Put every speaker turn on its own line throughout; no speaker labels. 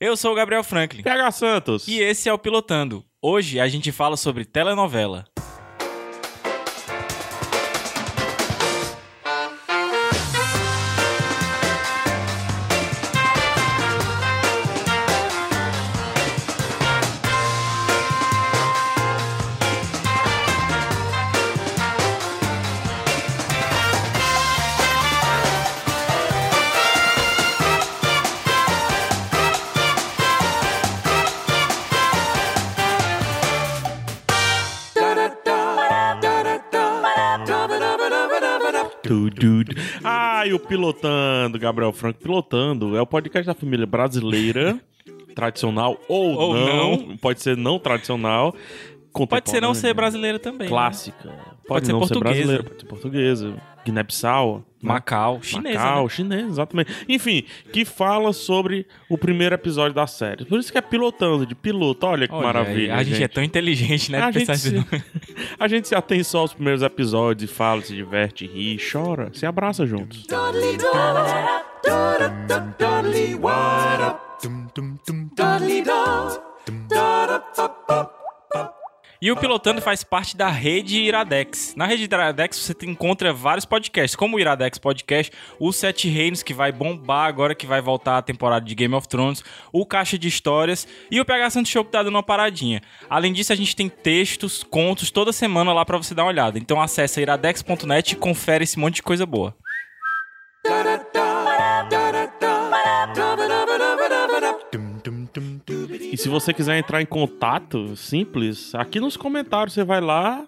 Eu sou o Gabriel Franklin
PH Santos.
e esse é o Pilotando. Hoje a gente fala sobre telenovela.
Tu, du, du. Ai, o Pilotando, Gabriel Franco. Pilotando é o podcast da família brasileira, tradicional ou,
Ou
não. Pode ser não tradicional.
Pode ser não
contemporânea,
ser brasileira também. né?
Clássica. Pode,
ser
não ser
portuguesa.
brasileira, pode ser portuguesa. Guiné-Bissau. né?
Macau, chinesa.
Macau,
né?
chinês, exatamente. Enfim, que fala sobre o primeiro episódio da série. Por isso que é pilotando, de piloto. Olha que
Olha
maravilha.
aí, A gente, é tão inteligente, né?
A
Pensar
gente
assim,
A gente se atém só aos primeiros episódios e fala, se diverte, ri, chora, se abraça juntos.
Dudley, Dudley, Dudley, Dudley, what up? Dum, dum, dum, Dudley, Dud, Dud, up, up, up.
E o Pilotando faz parte da rede Iradex. Na rede Iradex você te- encontra vários podcasts, como o Iradex Podcast, o Sete Reinos, que vai bombar agora que vai voltar a temporada de Game of Thrones, o Caixa de Histórias e o PH Santos Show, que tá dando uma paradinha. Além disso, a gente tem textos, contos, toda semana lá pra você dar uma olhada. Então acessa iradex.net e confere esse monte de coisa boa.
Dum, dum, dum, dum.
E se você quiser entrar em contato, simples, aqui nos comentários você vai lá,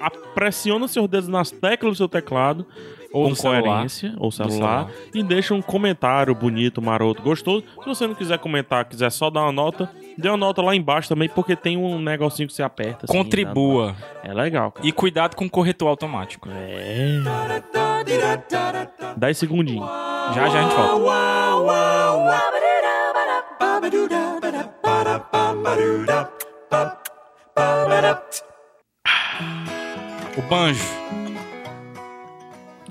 a- pressiona seus dedos nas teclas do seu teclado,
Ou
com
do celular.
coerência, ou celular,
celular.
e deixa um comentário bonito, maroto, gostoso. Se você não quiser comentar, quiser só dar uma nota, dê uma nota lá embaixo também, porque tem um negocinho que você aperta. assim,
Contribua.
dá- É legal, cara.
E cuidado com o corretor automático.
É. 10 segundinhos.
Já já a gente volta.
Wow, wow, wow. Ba-ba-doo-da, ba-da, ba-da, ba-ba-doo-da, ba- ba-ba-da.
O banjo.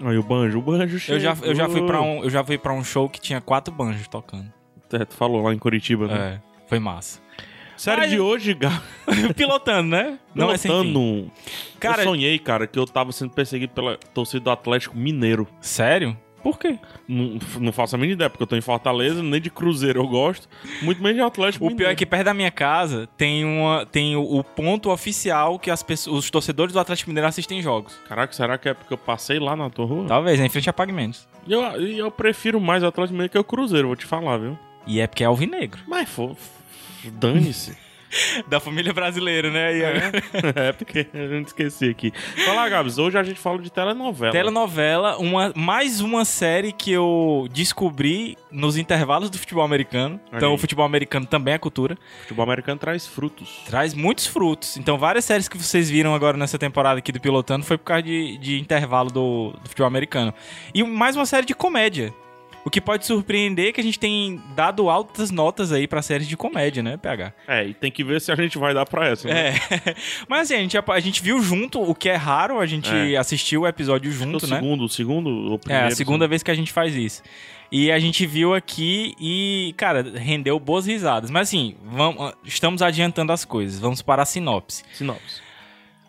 Aí o banjo, o banjo
Eu já, eu já fui
chegou.
pra um, eu já fui para um show que tinha quatro banjos tocando.
É, tu falou lá em Curitiba, né?
É, foi massa.
Série
Ai,
de hoje, Gabi.
Pilotando, né? É. Não é sem fim.
Pilotando.
Cara-
Eu sonhei, cara, que eu tava sendo perseguido pela torcida do Atlético Mineiro.
Sério? Por quê?
Não, não faço a mínima ideia, porque eu tô em Fortaleza, nem de Cruzeiro eu gosto, muito menos de Atlético
O
Mineiro.
pior é que perto da minha casa tem, uma, tem o, o ponto oficial que as pessoas, os torcedores do Atlético Mineiro assistem jogos.
Caraca, será que é porque eu passei lá na tua rua?
Talvez, né? em frente a pagamentos.
E Eu, e eu prefiro mais o Atlético Mineiro que o Cruzeiro, vou te falar, viu?
E é porque é alvinegro.
Mas, fo- f- dane-se.
Da família brasileira, né? E é.
é, porque eu não esqueci aqui. Fala, Gabs, hoje a gente fala de telenovela.
Telenovela, uma, mais uma série que eu descobri nos intervalos do futebol americano.
Olha
então,
aí.
o futebol americano também é cultura.
Futebol americano traz frutos.
Traz muitos frutos. Então, várias séries que vocês viram agora nessa temporada aqui do Pilotando foi por causa de, de intervalo do, do futebol americano. E mais uma série de comédia. O que pode surpreender é que a gente tem dado altas notas aí pra séries de comédia, né, PH?
É, e tem que ver se a gente vai dar pra essa, né?
É. Mas assim, a gente, a gente viu junto, o que é raro, a gente
É.
assistiu o episódio
Então, o
junto, né?
segundo, o segundo ou
É,
primeiro?
a segunda vez que a gente faz isso. E a gente viu aqui e, cara, rendeu boas risadas. Mas assim, vamos, estamos adiantando as coisas. Vamos para a sinopse.
Sinopse.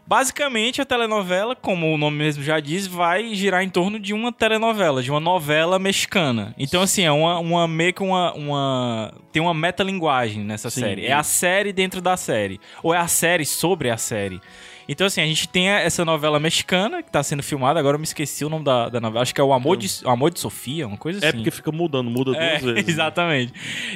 Basicamente, a telenovela, como o nome mesmo já diz, vai girar em torno de uma telenovela, de uma novela mexicana. Então, assim, é uma, uma meio que uma, uma. Tem uma metalinguagem nessa
Sim.
série. É a série dentro da série. Ou é a série sobre a série. Então, assim, a gente tem essa novela mexicana que tá sendo filmada, agora eu me esqueci o nome da, da novela. Acho que é O Amor de, o Amor de Sofia, uma coisa assim.
É porque fica mudando, muda duas
É,
vezes. né?
Exatamente.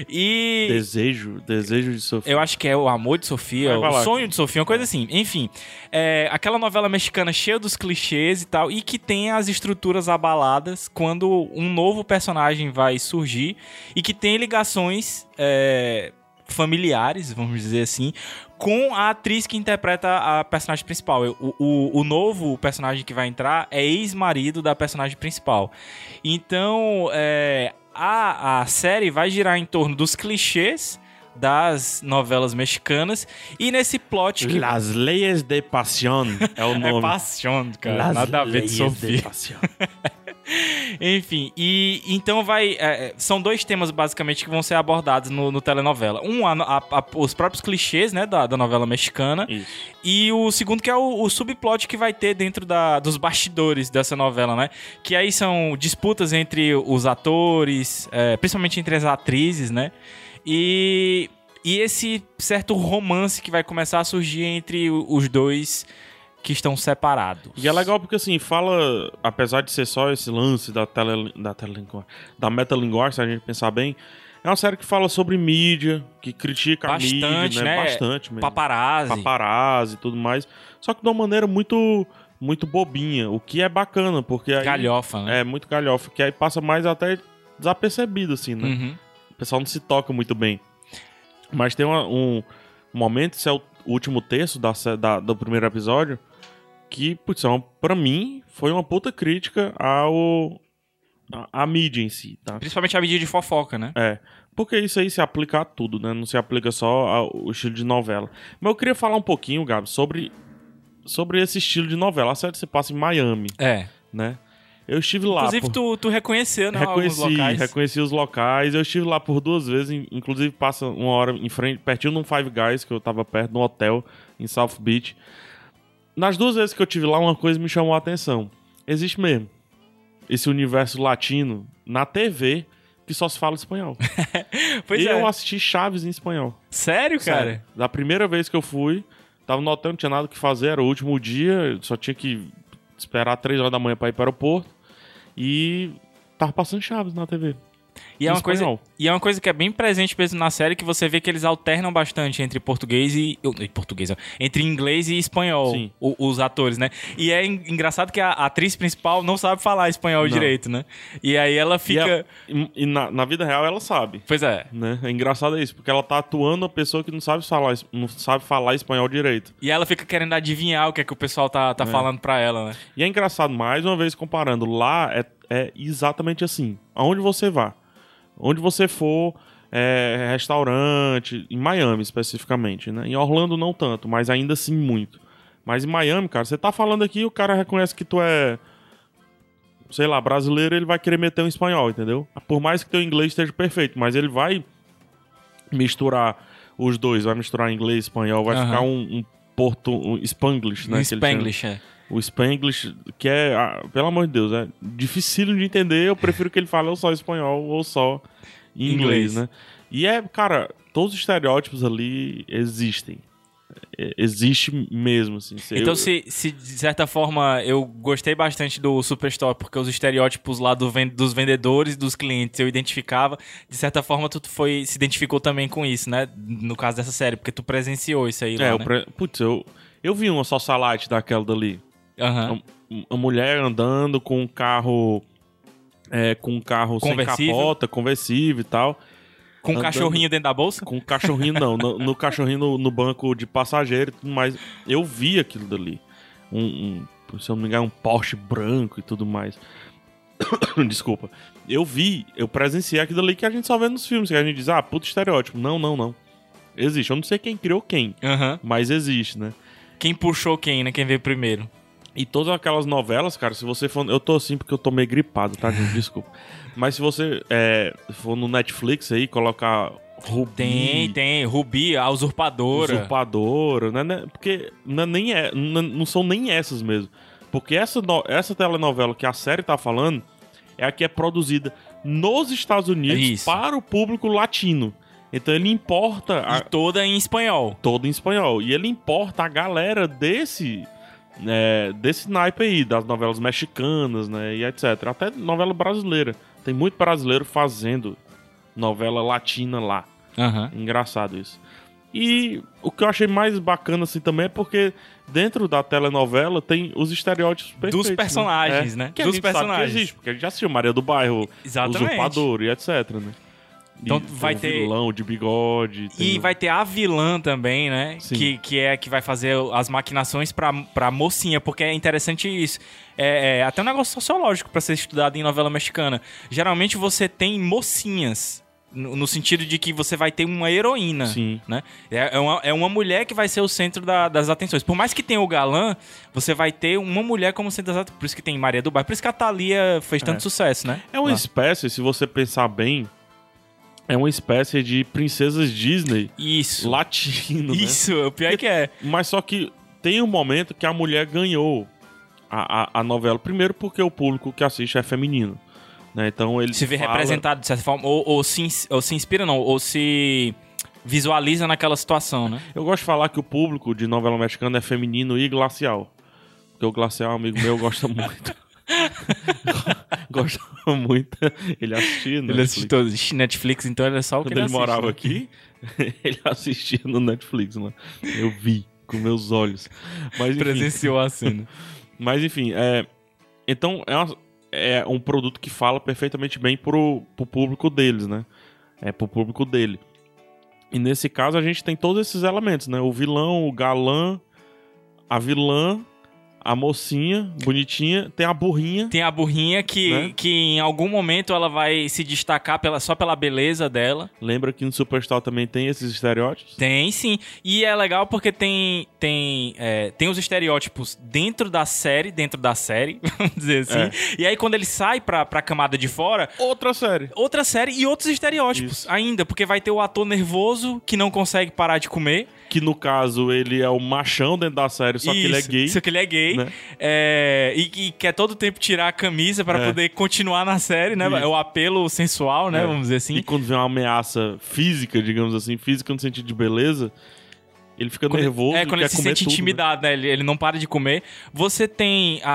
E.
Desejo, desejo de sofrer.
Eu acho que é o amor de Sofia,
Vai, vai
o
lá.
sonho de Sofia, uma coisa assim. Enfim, é, aquela novela mexicana cheia dos clichês e tal, e que tem as estruturas abaladas quando um novo personagem vai surgir e que tem ligações é, familiares, vamos dizer assim, com a atriz que interpreta a personagem principal. O, o- o novo personagem que vai entrar é ex-marido da personagem principal. Então, é, a, a série vai girar em torno dos clichês das novelas mexicanas e nesse plot que
Las Leyes de Pasión é o
é
nome.
paixão, cara.
Las
Nada a ver de
Leyes
Sofia.
Pasión.
Enfim, e então vai. é, é, são dois temas basicamente que vão ser abordados no, no telenovela. Um, a- a- a- os próprios clichês, né, da, da novela mexicana.
Isso.
E o segundo, que é o, o subplot que vai ter dentro da, dos bastidores dessa novela, né? Que aí são disputas entre os atores, é, principalmente entre as atrizes, né? E, e esse certo romance que vai começar a surgir entre o- os dois que estão separados.
E é legal porque, assim, fala, apesar de ser só esse lance da, tele, da, telelinguagem, da metalinguagem, se a gente pensar bem, é uma série que fala sobre mídia, que critica a
Bastante,
mídia, né?
né?
Bastante mesmo.
Paparazzi.
paparazzi e tudo mais. Só que de uma maneira muito, muito bobinha, o que é bacana, porque aí...
Galhofa, né?
É, muito galhofa, que aí passa mais até desapercebido, assim, né?
Uhum.
O pessoal não se toca muito bem. Mas tem uma- um, um momento, isso é o último texto da, sé- da- do primeiro episódio, que, putz, é uma- pra mim, foi uma puta crítica ao. à à mídia em si, tá?
Principalmente a medida de fofoca, né?
É. Porque isso aí se aplica a tudo, né? Não se aplica só ao estilo de novela. Mas eu queria falar um pouquinho, Gabi, sobre, sobre esse estilo de novela. A série se passa em Miami,
É.
né? Eu estive lá.
Inclusive,
por-
tu, tu reconheceu, né?
reconheci,
alguns locais.
reconheci os locais. Eu estive lá por duas vezes, in- inclusive passa uma hora em frente, pertinho de um Five Guys que eu tava perto, num hotel em South Beach. Nas duas vezes que eu tive lá, uma coisa me chamou a atenção. Existe mesmo esse universo latino na TV que só se fala espanhol.
Pois
eu
é.
assisti Chaves em espanhol.
Sério,
Sério.
cara?
Da primeira vez que eu fui, tava no hotel, não tinha nada o que fazer, era o último dia, eu só tinha que esperar três horas da manhã pra ir para o aeroporto. E tava passando Chaves na TV.
E é, uma
Em
coisa,
espanhol.
e é uma coisa que é bem presente mesmo na série, que você vê que eles alternam bastante entre português e... eu- e português, ó. Entre inglês e espanhol,
Sim.
o- os atores, né? E é en- engraçado que a atriz principal não sabe falar espanhol
Não.
direito, né? E aí ela
E,
fica...
ela- e- e na, na vida real ela sabe.
Pois é.
Né? É engraçado isso, porque ela tá atuando uma pessoa que não sabe falar, es- não sabe falar espanhol direito.
E ela fica querendo adivinhar o que é que o pessoal tá, tá falando pra ela, né?
E é engraçado, mais uma vez comparando, lá é, é exatamente assim. Aonde você vá, onde você for, é, restaurante, em Miami especificamente, né? Em Orlando não tanto, mas ainda assim muito. Mas em Miami, cara, você tá falando aqui, o cara reconhece que tu é, sei lá, brasileiro, ele vai querer meter um espanhol, entendeu? Por mais que teu inglês esteja perfeito, mas ele vai misturar os dois, vai misturar inglês e espanhol, vai
Aham.
ficar um, um porto, um spanglish, né?
Em
que eles chamam.
Spanglish, é.
O Spanglish, que é, ah, pelo amor de Deus, é dificílimo de entender. Eu prefiro que ele fale ou só espanhol ou só em inglês,
Inglês.
né? E é, cara, todos os estereótipos ali existem. É, existe mesmo, assim. Se
Então,
eu-
se, se de certa forma eu gostei bastante do Superstore, porque os estereótipos lá do ven- dos vendedores, dos clientes, eu identificava, de certa forma tu foi, se identificou também com isso, né? No caso dessa série, porque tu presenciou isso aí
É,
lá,
eu
né?
pre- putz, eu, eu vi uma só salate daquela dali.
Aham.
Um- Uma mulher andando com um carro. É, com um carro sem
Conversível.
capota, conversível e tal.
Com um
andando-
cachorrinho dentro da bolsa?
Com o cachorrinho, não. No, no cachorrinho no, no banco de passageiro e tudo mais. Eu vi aquilo dali. Um, um- se eu não me engano, um Porsche branco e tudo mais. Desculpa. Eu vi, eu presenciei aquilo ali que a gente só vê nos filmes, que a gente diz, ah, puto estereótipo. Não, não, não. Existe. Eu não sei quem criou quem,
Aham.
mas existe, né?
Quem puxou quem, né? Quem veio primeiro.
E todas aquelas novelas, cara, se você for. Eu tô assim porque eu tô meio gripado, tá, gente? Desculpa. Mas se você é, for no Netflix aí, colocar Rubi.
Tem, tem. Rubi, a usurpadora.
Usurpadora, né? né? Porque não, é nem é, não, não são nem essas mesmo. Porque essa, no- essa telenovela que a série tá falando é a que é produzida nos Estados Unidos
É Isso.
para o público latino. Então ele importa a,
E toda em espanhol.
todo em espanhol. E ele importa a galera desse. é, desse naipe aí, das novelas mexicanas, né? E etc. Até novela brasileira. Tem muito brasileiro fazendo novela latina lá.
Aham.
Engraçado isso. E o que eu achei mais bacana assim também é porque dentro da telenovela tem os estereótipos perfeitos, né?
personagens, né?
Que a
Dos
gente sabe
personagens.
que existe, porque a gente já assistiu Maria do Bairro,
Exatamente.
Usurpador e etc, né?
Então
E
vai
tem um
ter-
vilão de bigode. tem
E
um-
vai ter a vilã também, né?
Sim.
Que, que é a que vai fazer as maquinações pra, pra mocinha, porque é interessante isso. É, é até um negócio sociológico pra ser estudado em novela mexicana. Geralmente você tem mocinhas No no sentido de que você vai ter uma heroína.
Sim.
né? É, é uma, é uma mulher que vai ser o centro da- das atenções. Por mais que tenha o galã, você vai ter uma mulher como centro das atenções. Por isso que tem Maria do Bairro. Por isso que a Thalia fez tanto
É.
sucesso, né?
É uma
Lá.
espécie, se você pensar bem, é uma espécie de princesas Disney
Isso.
latino, né?
Isso, o pior é que é.
Mas só que tem um momento que a mulher ganhou a, a, a novela. Primeiro porque o público que assiste é feminino. Né? Então ele
Se vê
fala-
representado de certa forma. Ou, ou se, ins- ou se inspira, não. Ou se visualiza naquela situação, né?
Eu gosto de falar que o público de novela mexicana é feminino e glacial. Porque o glacial, amigo meu, gosta muito. gosta muito. Ele assistia, né?
Ele assiste todos. Netflix, então era só o que
Quando
ele,
ele,
assiste,
morava
né?
aqui, ele assistia no Netflix, mano. Eu vi com meus olhos. Mas enfim,
Presenciou a cena.
mas, enfim é, então é, uma- é um produto que fala perfeitamente bem pro, pro público deles, né? É pro público dele. E nesse caso a gente tem todos esses elementos, né? O vilão, o galã, a vilã, a mocinha, bonitinha, tem a burrinha.
Tem a burrinha que,
Né?
que em algum momento ela vai se destacar pela, só pela beleza dela.
Lembra que no Superstar também tem esses estereótipos?
Tem sim. E é legal porque tem tem, é, tem os estereótipos dentro da série, dentro da série, vamos dizer
É.
assim. E aí quando ele sai pra, pra camada de fora,
Outra série.
outra série e outros estereótipos ainda, porque vai ter o ator nervoso que não consegue parar de comer.
Que no caso ele é o machão dentro da série, só que ele é
Isso,
gay.
Só que ele é gay.
Né?
É, e que quer todo tempo tirar a camisa pra
É.
poder continuar na série, né?
Isso.
É o apelo sensual, né?
É.
Vamos dizer assim.
E quando vem uma ameaça física, digamos assim, física no sentido de beleza, ele fica
Quando-
nervoso.
É, quando
quer
ele se
comer
sente
tudo, né?
intimidado, né? Ele, ele não para de comer. Você tem a-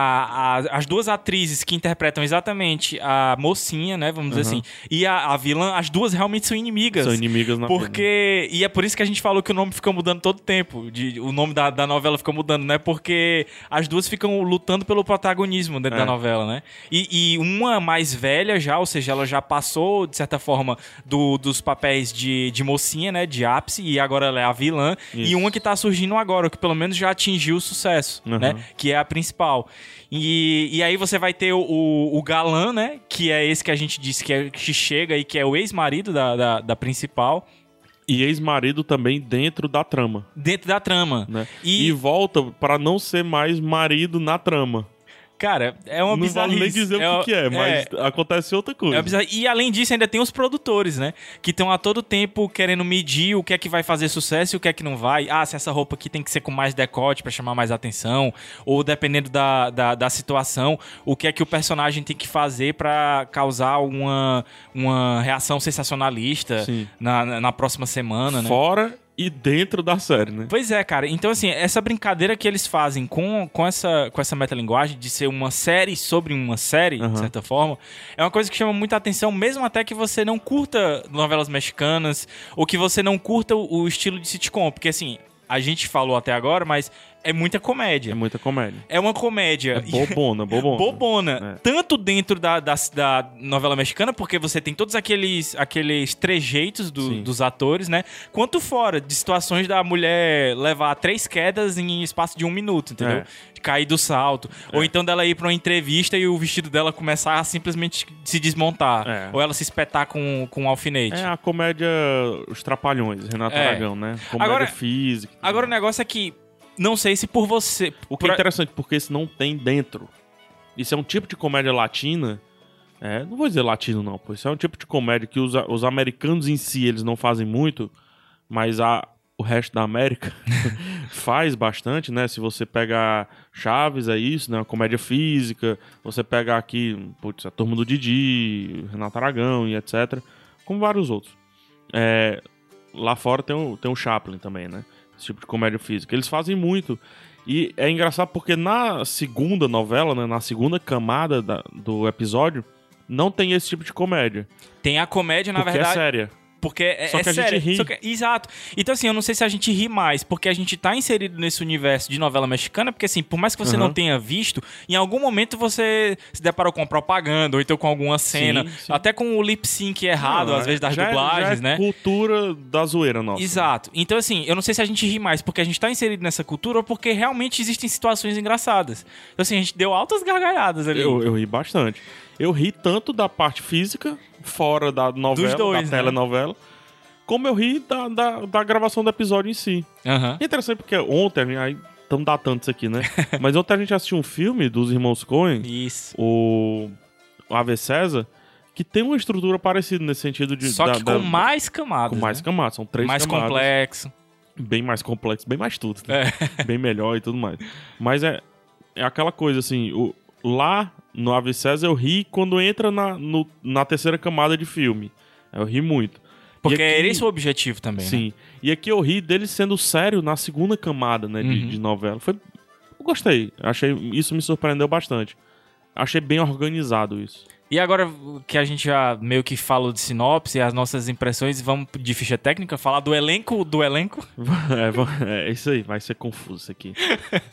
a- as duas atrizes que interpretam exatamente a mocinha, né? Vamos dizer
Uhum.
assim. E a, a vilã, as duas realmente são inimigas.
São inimigas na
Porque. E é por isso que a gente falou que o nome fica mudando todo tempo. de- o nome da, da novela fica mudando, né? Porque as duas ficam lutando pelo protagonismo dentro
É.
da novela, né? E, e uma mais velha já, ou seja, ela já passou, de certa forma, do- dos papéis de, de mocinha, né? De ápice, e agora ela é a vilã. E
Isso.
uma que tá surgindo agora, ou que pelo menos já atingiu o sucesso,
Uhum.
né? Que é a principal. E, e aí você vai ter o, o, o galã, né? Que é esse que a gente disse que, é, que chega e que é o ex-marido da- da, da principal
E ex-marido também dentro da trama,
dentro da trama.
né?
E-
E, volta pra não ser mais marido na trama.
Cara, é uma
não
bizarrice.
vale nem dizer o que que é, mas acontece outra
é
coisa.
uma bizarrice. E além disso, ainda tem os produtores, né? Que estão a todo tempo querendo medir o que é que vai fazer sucesso e o que é que não vai. Ah, se essa roupa aqui tem que ser com mais decote pra chamar mais atenção. Ou dependendo da, da, da situação, o que é que o personagem tem que fazer pra causar uma, uma reação sensacionalista
Sim.
na, na, na próxima semana, né?
Fora e dentro da série, né?
Pois é, cara. Então, assim, essa brincadeira que eles fazem com, com, essa, com essa metalinguagem de ser uma série sobre uma série,
Aham.
de certa forma, é uma coisa que chama muita atenção, mesmo até que você não curta novelas mexicanas ou que você não curta o, o estilo de sitcom. Porque, assim, a gente falou até agora, mas é muita
É
comédia.
muita comédia.
É uma comédia.
É bobona, bobona.
Bobona.
É.
Tanto dentro da, da, da novela mexicana, porque você tem todos aqueles, aqueles trejeitos do-
Sim.
dos atores, né? Quanto fora de situações da mulher levar três quedas em espaço de um minuto, entendeu?
É.
De cair do salto. Ou então dela ir pra uma entrevista e o vestido dela começar a simplesmente se desmontar.
É.
Ou ela se espetar com, com um alfinete.
É a comédia Os Trapalhões, Renato
É.
Aragão, né? Comédia
Agora-
física.
Agora o negócio é que. Não sei se por você.
O que
por-
é interessante, porque isso não tem dentro. Isso é um tipo de comédia latina. É, não vou dizer latino, não, pois isso é um tipo de comédia que os, os americanos em si eles não fazem muito, mas a, o resto da América faz bastante, né? Se você pegar Chaves, é isso, né? Uma comédia física, você pegar aqui, putz, a turma do Didi, Renato Aragão e etc. Como vários outros. É, lá fora tem o, tem o Chaplin também, né? Esse tipo de comédia física. Eles fazem muito. E é engraçado porque na segunda novela, né, na segunda camada da- do episódio, não tem esse tipo de comédia.
Tem a comédia, na
porque
verdade.
é séria.
Porque é,
Só
é
que a gente
sério.
ri.
Só que- exato. Então, assim, eu não sei se a gente ri mais, porque a gente tá inserido nesse universo de novela mexicana, porque, assim, por mais que você
Aham.
não tenha visto, em algum momento você se deparou com uma propaganda, ou então com alguma cena,
Sim, sim.
até com o lip sync errado,
Não,
às
é-
vezes, das
já é-
dublagens,
já é
né?
cultura da zoeira nossa.
Exato. Então, assim, eu não sei se a gente ri mais porque a gente tá inserido nessa cultura ou porque realmente existem situações engraçadas. Então, assim, a gente deu altas gargalhadas ali.
Eu, eu ri bastante. Eu ri tanto da parte física, fora da novela,
dois,
da
né?
telenovela, como eu ri da, da, da gravação do episódio em si.
Aham.
E é interessante porque ontem, aí estamos datando isso aqui, né? Mas ontem a gente assistiu um filme dos irmãos Coen,
Isso.
o Ave César, que tem uma estrutura parecida nesse sentido de.
Só
da-
que
da-
com mais camadas.
com mais
né?
camadas, são três
Mais
camadas.
complexo. é.
Bem mais complexo, bem mais tudo. né? bem melhor e tudo mais. Mas é, é aquela coisa assim, o, lá no Ave César eu ri quando entra na, no- na terceira camada de filme. Eu ri muito.
Porque
E aqui-
era esse o objetivo também. né?
Sim. E aqui eu ri dele sendo sério na segunda camada, né, de,
Uhum.
de novela. Foi, eu gostei. Achei, isso me surpreendeu bastante. Achei bem organizado isso.
E agora que a gente já meio que falou de sinopse e as nossas impressões, vamos de ficha técnica falar do elenco do elenco.
É, va- é isso aí, vai ser confuso isso aqui.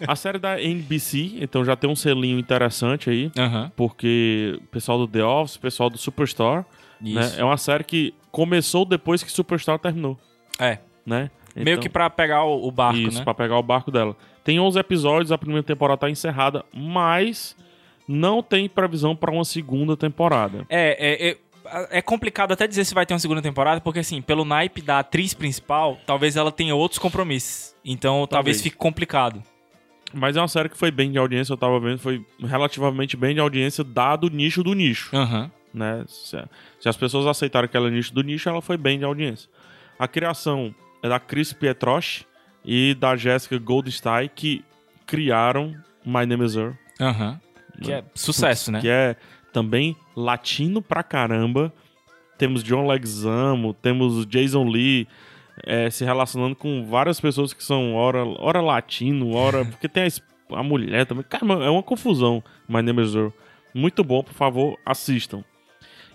A série é da NBC, então já tem um selinho interessante aí,
Aham.
porque o pessoal do The Office, o pessoal do Superstore, né,
Isso.
é uma série que começou depois que Superstore terminou,
É.
né?
meio
Então,
que pra pegar o, o barco,
isso,
né?
pra pegar o barco dela. Tem 11 episódios, a primeira temporada tá encerrada, mas não tem previsão pra uma segunda temporada.
É, é, é, é complicado até dizer se vai ter uma segunda temporada, porque assim, pelo naipe da atriz principal, talvez ela tenha outros compromissos. Então talvez,
Talvez.
fique complicado.
Mas é uma série que foi bem de audiência, eu tava vendo, foi relativamente bem de audiência, dado o nicho do nicho.
Aham.
né? Se, se as pessoas aceitaram que ela é nicho do nicho, ela foi bem de audiência. A criação é da Chris Pietrosch e da Jessica Goldstein, que criaram My Name Is Earl,
Aham. Que é sucesso, né?
que é também latino pra caramba. Temos John Leguizamo, temos Jason Lee, eh, se relacionando com várias pessoas que são ora, ora latino, ora... porque tem a, es- a mulher também. Caramba, é uma confusão, My Name Is Earl. Muito bom, por favor, assistam.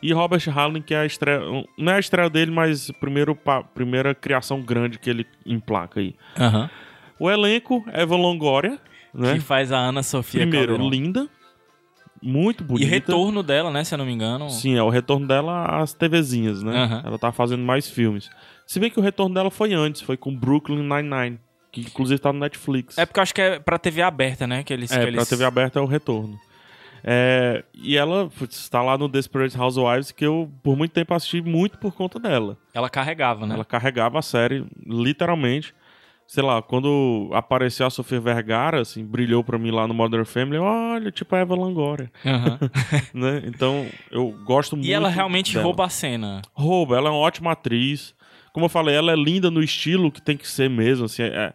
E Robert Harlan, que é a estreia. Não é a estreia dele, mas o primeiro pa- primeira criação grande que ele emplaca aí.
Aham.
O elenco, Eva Longoria, né?
Que faz a Ana Sofia
Primeiro,
Calderon.
linda. Muito bonita.
E retorno dela, né? Se eu não me engano.
Sim, é o retorno dela às TVzinhas, né?
Aham.
Ela tá fazendo mais filmes. Se bem que o retorno dela foi antes, foi com Brooklyn Nine-Nine, que inclusive tá no Netflix.
É porque eu acho que é pra TV aberta, né? Que eles,
É,
que eles...
pra TV aberta é o retorno. É, e ela putz, tá lá no Desperate Housewives, que eu por muito tempo assisti muito por conta dela.
Ela carregava, né?
Ela carregava a série, literalmente. Sei lá, quando apareceu a Sofia Vergara, assim, brilhou pra mim lá no Modern Family, eu, olha, tipo a Eva Longoria,
Aham.
né? Então, eu gosto muito
e ela realmente
dela.
rouba a cena.
Rouba, ela é uma ótima atriz. Como eu falei, ela é linda no estilo que tem que ser mesmo, assim, é- é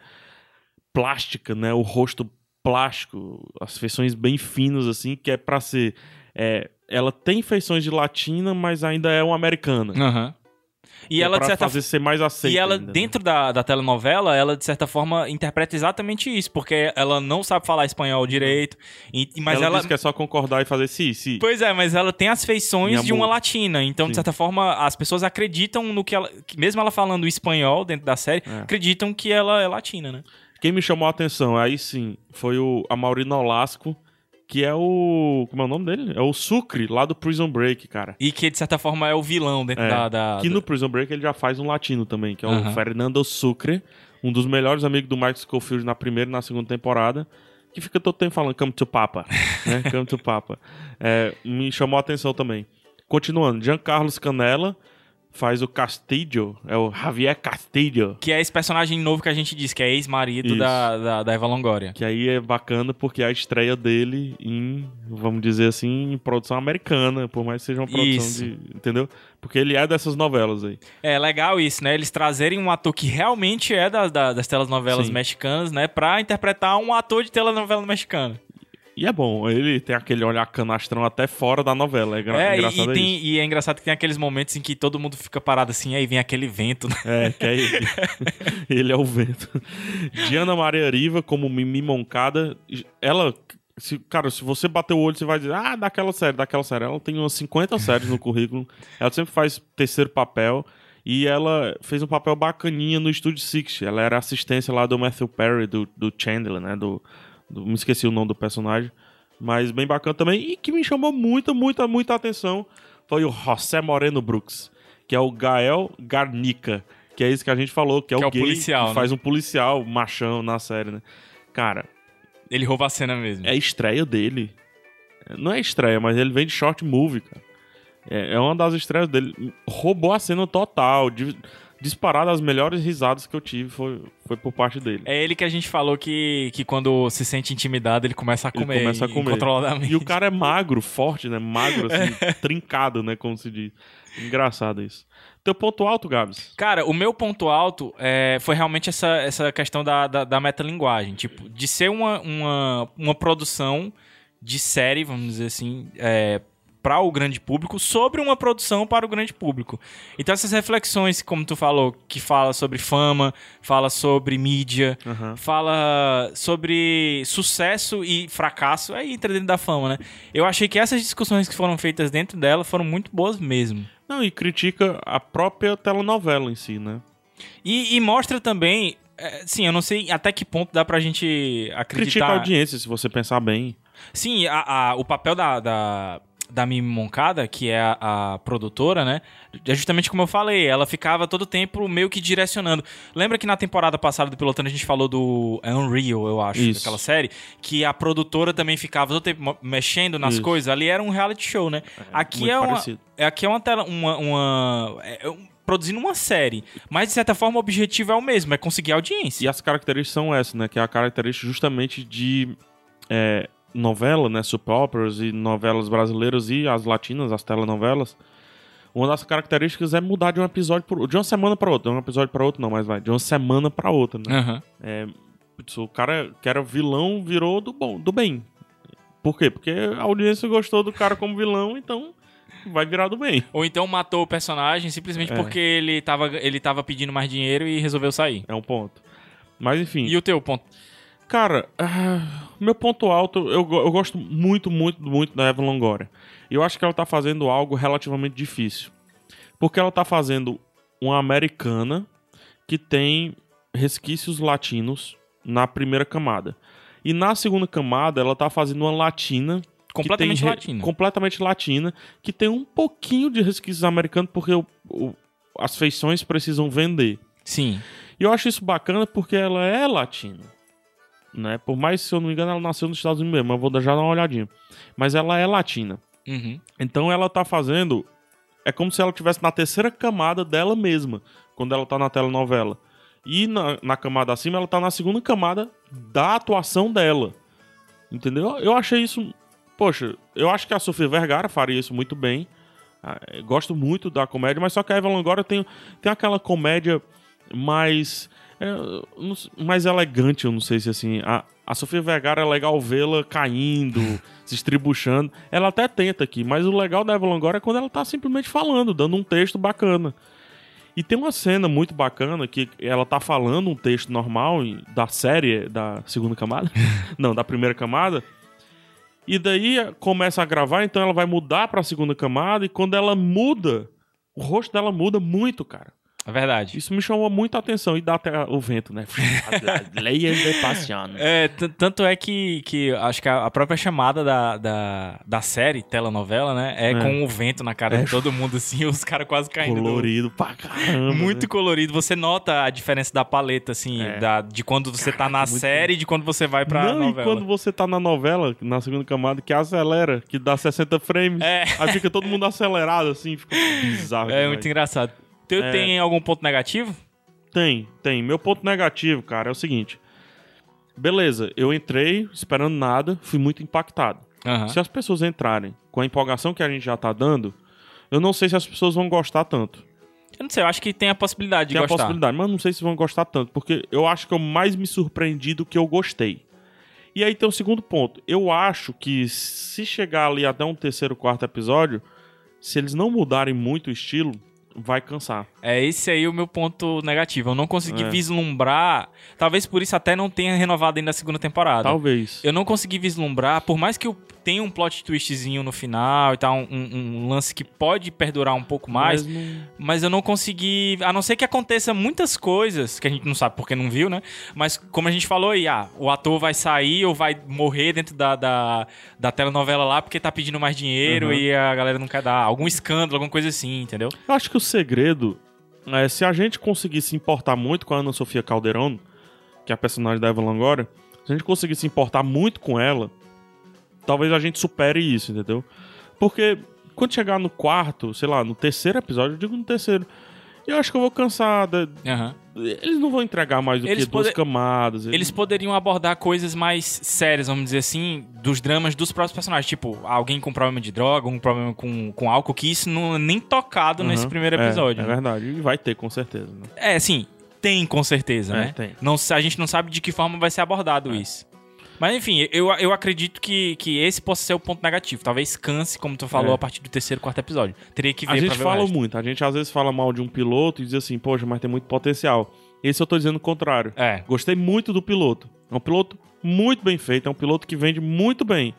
plástica, né? O rosto plástico, as feições bem finas, assim, que é pra ser... é, ela tem feições de latina, mas ainda é uma americana.
Aham. E
Que é
ela,
pra
de certa
fazer ser mais aceita
E ela,
ainda, né?
dentro da, da telenovela, ela, de certa forma, interpreta exatamente isso, porque ela não sabe falar espanhol direito, e- e- mas
ela,
ela...
diz que é só concordar e fazer si, si.
Pois é, mas ela tem as feições
Minha
de uma
amor.
latina, então,
Sim.
de certa forma, as pessoas acreditam no que ela... que mesmo ela falando espanhol dentro da série,
É.
acreditam que ela é latina, né?
Quem me chamou a atenção, aí sim, foi o Amaurino Olasco, que é o... Como é o nome dele? É o Sucre, lá do Prison Break, cara.
E que, de certa forma, é o vilão dentro
É,
da... da-
Que
da-
no Prison Break ele já faz um latino também, que é
Aham.
o Fernando Sucre, um dos melhores amigos do Michael Scofield na primeira e na segunda temporada, que fica todo tempo falando come to papa, né? Come to papa. É, me chamou a atenção também. Continuando, Giancarlos Canella faz o Castillo, é o Javier Castillo,
Que é esse personagem novo que a gente disse, que é ex-marido
Isso.
da, da, da Eva Longoria.
que aí é bacana porque é a estreia dele em, vamos dizer assim, em produção americana, por mais que seja uma produção
Isso.
de, entendeu? Porque ele é dessas novelas aí.
É legal isso, né? Eles trazerem um ator que realmente é da- da- das telenovelas
Sim.
mexicanas, né? Pra interpretar um ator de telenovela mexicana.
E é bom, ele tem aquele olhar canastrão até fora da novela. É, gra
é, e,
engraçado
e tem-
isso.
e é engraçado que tem aqueles momentos em que todo mundo fica parado assim, aí vem aquele vento. né?
É, que aí ele é o vento. Diana Maria Riva, como Mimi Moncada, ela. se- cara, se você bater o olho, você vai dizer, ah, daquela série, daquela série. Ela tem umas 50 séries no currículo. Ela sempre faz terceiro papel. E ela fez um papel bacaninha no Studio Six. Ela era assistência lá do Matthew Perry, do, do Chandler, né? Do, do- me esqueci o nome do personagem. Mas bem bacana também. E que me chamou muita, muita, muita atenção foi o José Moreno Brooks, que é o Gael Garnica. Que é isso que a gente falou, que é,
Que
o,
é o
gay
policial,
que faz um policial machão na série, né? Cara,
Ele rouba a cena mesmo.
é a estreia É dele. Não é estreia, mas ele vem de short movie, cara. É, é uma das estreias dele. Roubou a cena total. Di, disparado as melhores risadas que eu tive foi, foi por parte dele.
É ele que a gente falou que, que quando se sente intimidado, ele começa a
Ele
comer.
começa a comer.
Controladamente.
E o cara é magro, forte, né? Magro, assim,
É.
trincado, né? Como se diz. Engraçado isso. Teu ponto alto, Gabs?
Cara, o meu ponto alto é, foi realmente essa, essa questão da, da, da metalinguagem. Tipo, de ser uma, uma, uma produção de série, vamos dizer assim, é, para o grande público, sobre uma produção para o grande público. Então essas reflexões, como tu falou, que fala sobre fama, fala sobre mídia,
Aham.
fala sobre sucesso e fracasso, aí entra dentro da fama, né? Eu achei que essas discussões que foram feitas dentro dela foram muito boas mesmo.
Não, e critica a própria telenovela em si, né?
E, e mostra também. é, Sim, eu não sei até que ponto dá pra gente
Critica a
acreditar.
audiência, se você pensar bem.
Sim, a- a- o papel da, da, da Mimi Moncada, que é a, a produtora, né? É justamente como eu falei, ela ficava todo tempo meio que direcionando. Lembra que na temporada passada do Pilotando a gente falou do é Unreal, eu acho,
Isso.
daquela série? Que a produtora também ficava todo tempo mo- mexendo nas
Isso.
coisas. Ali era um reality show, né? aqui,
muito
é uma,
parecido.
é- aqui é uma tela. Uma, uma- é um- produzindo uma série. Mas, de certa forma, o objetivo é o mesmo, é conseguir audiência.
E as características são essas, né? Que é a característica justamente de é, novela, né? Soap operas e novelas brasileiras e as latinas, as telenovelas. Uma das características é mudar de um episódio pro, de uma semana pra outra, de um episódio pra outro não, mas vai, de uma semana pra outra, né?
Aham.
Putz, O cara que era vilão virou do bom, do bem. Por quê? Porque a audiência gostou do cara como vilão, então vai virar do bem.
Ou então matou o personagem simplesmente
É.
porque ele tava, ele tava pedindo mais dinheiro e resolveu sair.
É um ponto. Mas enfim.
E o teu ponto?
Cara, ah, meu ponto alto, eu, go- eu gosto muito, muito, muito da Eva Longoria. E eu acho que ela tá fazendo algo relativamente difícil. Porque ela tá fazendo uma americana que tem resquícios latinos na primeira camada. E na segunda camada, ela tá fazendo uma latina que
Completamente
tem re-
latino.
Completamente latina, que tem um pouquinho de resquícios americanos, porque o- o- as feições precisam vender.
Sim.
E eu acho isso bacana porque ela é latina. Né? Por mais, se eu não me engano, ela nasceu nos Estados Unidos mesmo, mas eu vou dar- já dar uma olhadinha. Mas ela é latina.
Uhum.
Então ela tá fazendo. É como se ela estivesse na terceira camada dela mesma, quando ela tá na telenovela. E na, na camada acima, ela tá na segunda camada da atuação dela. Entendeu? Eu achei isso. Poxa, eu acho que a Sofia Vergara faria isso muito bem. Ah, eu Gosto muito da comédia, mas só que a Eva Longoria tem, tem aquela comédia mais. é, não s- mais elegante, eu não sei se assim. A, a Sofia Vergara é legal vê-la caindo, se estribuchando. Ela até tenta aqui, mas o legal da Eva Longoria é quando ela tá simplesmente falando, dando um texto bacana. E tem uma cena muito bacana que ela tá falando um texto normal em- da série, da segunda camada? não, da primeira camada. E daí eh, começa a gravar, então ela vai mudar pra segunda camada e quando ela muda, o rosto dela muda muito, cara.
É verdade.
Isso me chamou muita atenção e dá até o vento, né? Leia de passione.
É, t- tanto é que, que acho que a a própria chamada da, da, da série, telenovela, né? É,
É.
com o vento na cara de todo mundo, assim, os caras quase caindo. do-
Colorido pra caramba.
Muito
né?
colorido. Você nota a diferença da paleta, assim,
É.
da, de quando você tá na
muito-
série e de quando você vai pra
Não,
novela.
e quando você tá na novela, na segunda camada, que acelera, que dá 60 frames,
É.
aí fica todo mundo acelerado, assim, fica bizarro.
É
demais.
muito engraçado. Teu
É.
tem algum ponto negativo?
Tem, tem. Meu ponto negativo, cara, é o seguinte. Beleza, eu entrei esperando nada, fui muito impactado.
Aham.
Se as pessoas entrarem com a empolgação que a gente já tá dando, eu não sei se as pessoas vão gostar tanto.
Eu não sei, eu acho que tem a possibilidade
tem
de
a
gostar.
possibilidade, mas não sei se vão gostar tanto, porque eu acho que eu mais me surpreendi do que eu gostei. E aí tem o segundo ponto. Eu acho que se chegar ali até um terceiro, quarto episódio, se eles não mudarem muito o estilo, vai cansar.
É esse aí o meu ponto negativo. Eu não consegui
É.
vislumbrar. Talvez por isso até não tenha renovado ainda a segunda temporada.
Talvez.
Eu não consegui vislumbrar, por mais que eu tenha um plot twistzinho no final e tal, um, um- um lance que pode perdurar um pouco mais,
Mas não-
mas eu não consegui. A não ser que aconteça muitas coisas, que a gente não sabe porque não viu, né? Mas como a gente falou aí, ah, o ator vai sair ou vai morrer dentro da, da, da telenovela lá porque tá pedindo mais dinheiro
Uhum.
e a galera não quer dar. Algum escândalo, alguma coisa assim, entendeu?
Eu acho que o segredo é se a gente conseguir se importar muito com a Ana Sofia Calderón, que é a personagem da Eva Longoria, se a gente conseguir se importar muito com ela, talvez a gente supere isso, entendeu? Porque quando chegar no quarto, sei lá, no terceiro episódio, eu digo no terceiro, eu acho que eu vou cansar. da-
Aham.
Eles não vão entregar mais do
Eles
que duas
poder-
camadas.
Eles poderiam abordar coisas mais sérias, vamos dizer assim, dos dramas dos próprios personagens. Tipo, alguém com problema de droga, um problema com, com álcool, que isso não é nem tocado
Uhum.
nesse primeiro
É,
episódio.
É,
né?
verdade. E vai ter, com certeza. né?
É, assim, tem com certeza,
É,
né?
tem. É.
Não, se- a gente não sabe de que forma vai ser abordado isso. Mas enfim, eu, eu acredito que, que esse possa ser o ponto negativo. Talvez canse, como tu falou,
É.
a partir do terceiro, quarto episódio. Teria que ver
A gente
pra ver o
fala
resto.
muito. A gente às vezes fala mal de um piloto e diz assim, poxa, mas tem muito potencial. Esse eu tô dizendo o contrário.
É.
Gostei muito do piloto. É um piloto muito bem feito. É um piloto que vende muito bem.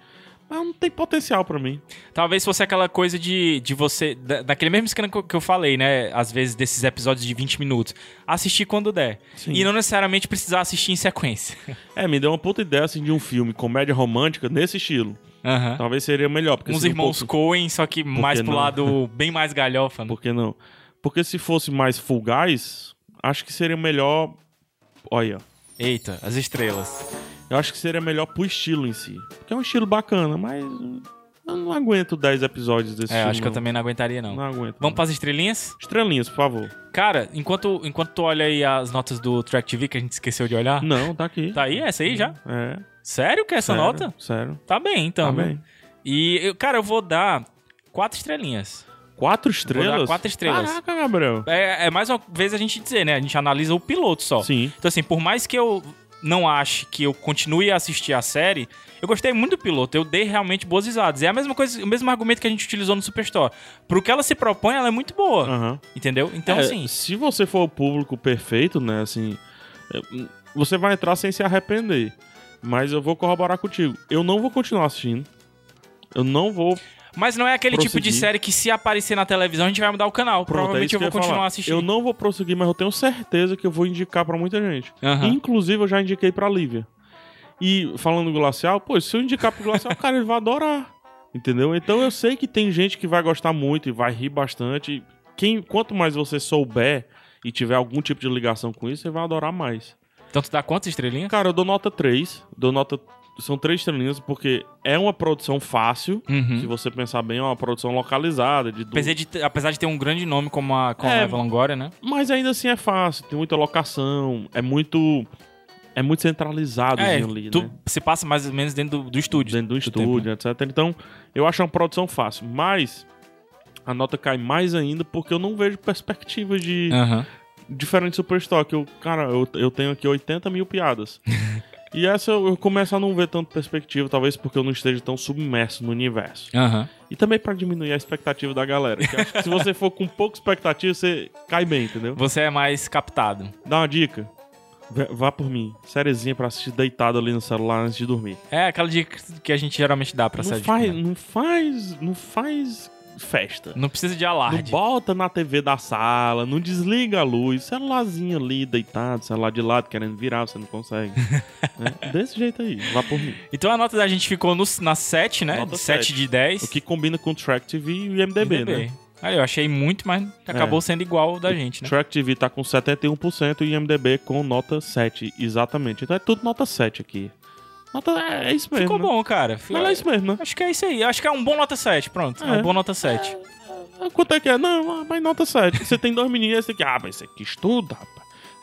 Mas não tem potencial pra mim.
Talvez fosse aquela coisa de, de você. da- daquele mesmo esquema que eu, que eu falei, né? Às vezes desses episódios de 20 minutos. Assistir quando der.
Sim.
E não necessariamente precisar assistir em sequência.
É, me deu uma puta ideia assim de um filme, comédia romântica, nesse estilo.
Aham.
Talvez seria melhor. Porque
Uns
se Então, um
irmãos
pouco-
Coen, só que mais pro
não?
lado bem mais galhofa. né?
Por que não? Porque se fosse mais fugaz, acho que seria melhor. Olha.
Eita, as estrelas.
Eu acho que seria melhor pro estilo em si. Porque é um estilo bacana, mas. Eu não aguento 10 episódios desse
É,
estilo.
acho que eu
não.
também não aguentaria, não.
Não aguento.
Vamos pras estrelinhas?
Estrelinhas, por favor.
Cara, enquanto, enquanto tu olha aí as notas do Track TV que a gente esqueceu de olhar.
Não, tá aqui.
Tá aí essa aí já?
É.
Sério que é essa
sério,
nota?
Sério.
Tá bem, então.
tá
né?
bem.
E, eu- cara, eu vou dar quatro estrelinhas.
Quatro
Vou
estrelas?
dar quatro estrelas.
Caraca, Gabriel.
É, é mais uma vez a gente dizer, né? A gente analisa o piloto só.
Sim.
Então, assim, por mais que eu não ache que eu continue a assistir a série, eu gostei muito do piloto. Eu dei realmente boas risadas. É a mesma coisa, o mesmo argumento que a gente utilizou no Superstore. Pro que ela se propõe, ela é muito boa.
Aham.
Entendeu? Então,
Ah. É,
assim.
Se você for o público perfeito, né, assim. é, Você vai entrar sem se arrepender. Mas eu vou corroborar contigo. Eu não vou continuar assistindo. Eu não vou.
Mas não é aquele tipo de
Prosseguir.
série que se aparecer na televisão a gente vai mudar o canal.
Pronto, é
Provavelmente
isso
eu
que
vou
eu ia
continuar
falar. Eu
assistindo.
não vou prosseguir, mas eu tenho certeza que eu vou indicar pra muita gente.
Aham.
Inclusive, eu já indiquei pra Lívia. E falando do Glacial, pô, se eu indicar pro Glacial, o cara ele vai adorar. Entendeu? Então eu sei que tem gente que vai gostar muito e vai rir bastante. Quem, quanto mais você souber e tiver algum tipo de ligação com isso, você vai adorar mais.
Então tu dá quantas estrelinhas?
Cara, eu dou nota 3. Dou nota. São três estrelinhas, porque é uma produção fácil.
Uhum.
Se você pensar bem, é uma produção localizada, de duas
Apesar de, ter- apesar de ter um grande nome como a, como
É.
a Eva Longoria, né?
Mas ainda assim é fácil, tem muita locação, é muito. É muito centralizado
É,
ali,
tu
né?
se passa mais ou menos dentro do, do estúdio.
Dentro do
tempo, né?
estúdio, etc. Então, eu acho uma produção fácil. Mas a nota cai mais ainda porque eu não vejo perspectiva de
Aham.
diferente Superstock. Eu, cara, eu, eu tenho aqui 80 mil piadas. e essa eu, eu começo a não ver tanto perspectiva, talvez porque eu não esteja tão submerso no universo.
Aham.
E também pra diminuir a expectativa da galera. Que eu acho que se você for com pouca expectativa, você cai bem, entendeu?
Você é mais captado.
Dá uma dica. V- Vá por mim. Sériezinha pra assistir deitado ali no celular antes de dormir.
É aquela dica que a gente geralmente dá pra
Não
série.
faz,
né?
não faz, não faz festa.
não precisa de
Não
alarde.
bota na TV da sala, não desliga a luz, celularzinho ali deitado, celular de lado querendo virar, você não consegue. Né? Desse jeito aí, vá por mim.
Então a nota da gente ficou no, na 7, né?
Nota
7
sete.
de 10.
O que combina com Track TV e o IMDB, né? É.
Aí eu achei muito, mas acabou sendo igual da gente, né?
Track TV tá com 71% e o IMDB com nota 7, exatamente. Então é tudo nota 7 aqui. Nota é, é isso mesmo.
Ficou
né?
bom, cara.
Mas é isso mesmo, né?
Acho que é isso aí. Acho que é um bom nota 7, pronto. É,
É.
um bom nota 7.
Ah, Quanto é que é? Não, ah, mas nota 7. Você tem dois meninos, esse aqui, ah, mas esse aqui estuda, rapaz.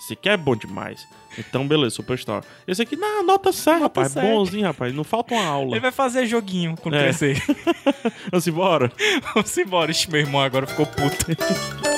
Esse aqui é bom demais. Então, beleza, Superstar. Esse aqui, não, nota 7, rapaz.
sete.
Bonzinho, rapaz. Não falta uma
Ele
aula.
vai Assim, fazer joguinho quando
É.
crescer.
Vamos embora.
Vamos embora. Ixi, meu irmão agora ficou puto.